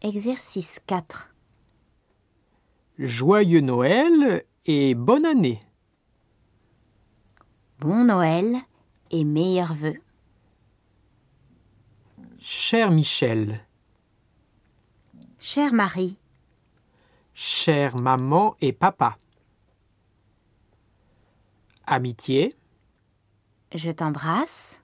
Exercice 4. Joyeux Noël et bonne année. Bon Noël et meilleurs vœux. Cher Michel, Chère Marie, chère maman et papa. Amitié, je t'embrasse.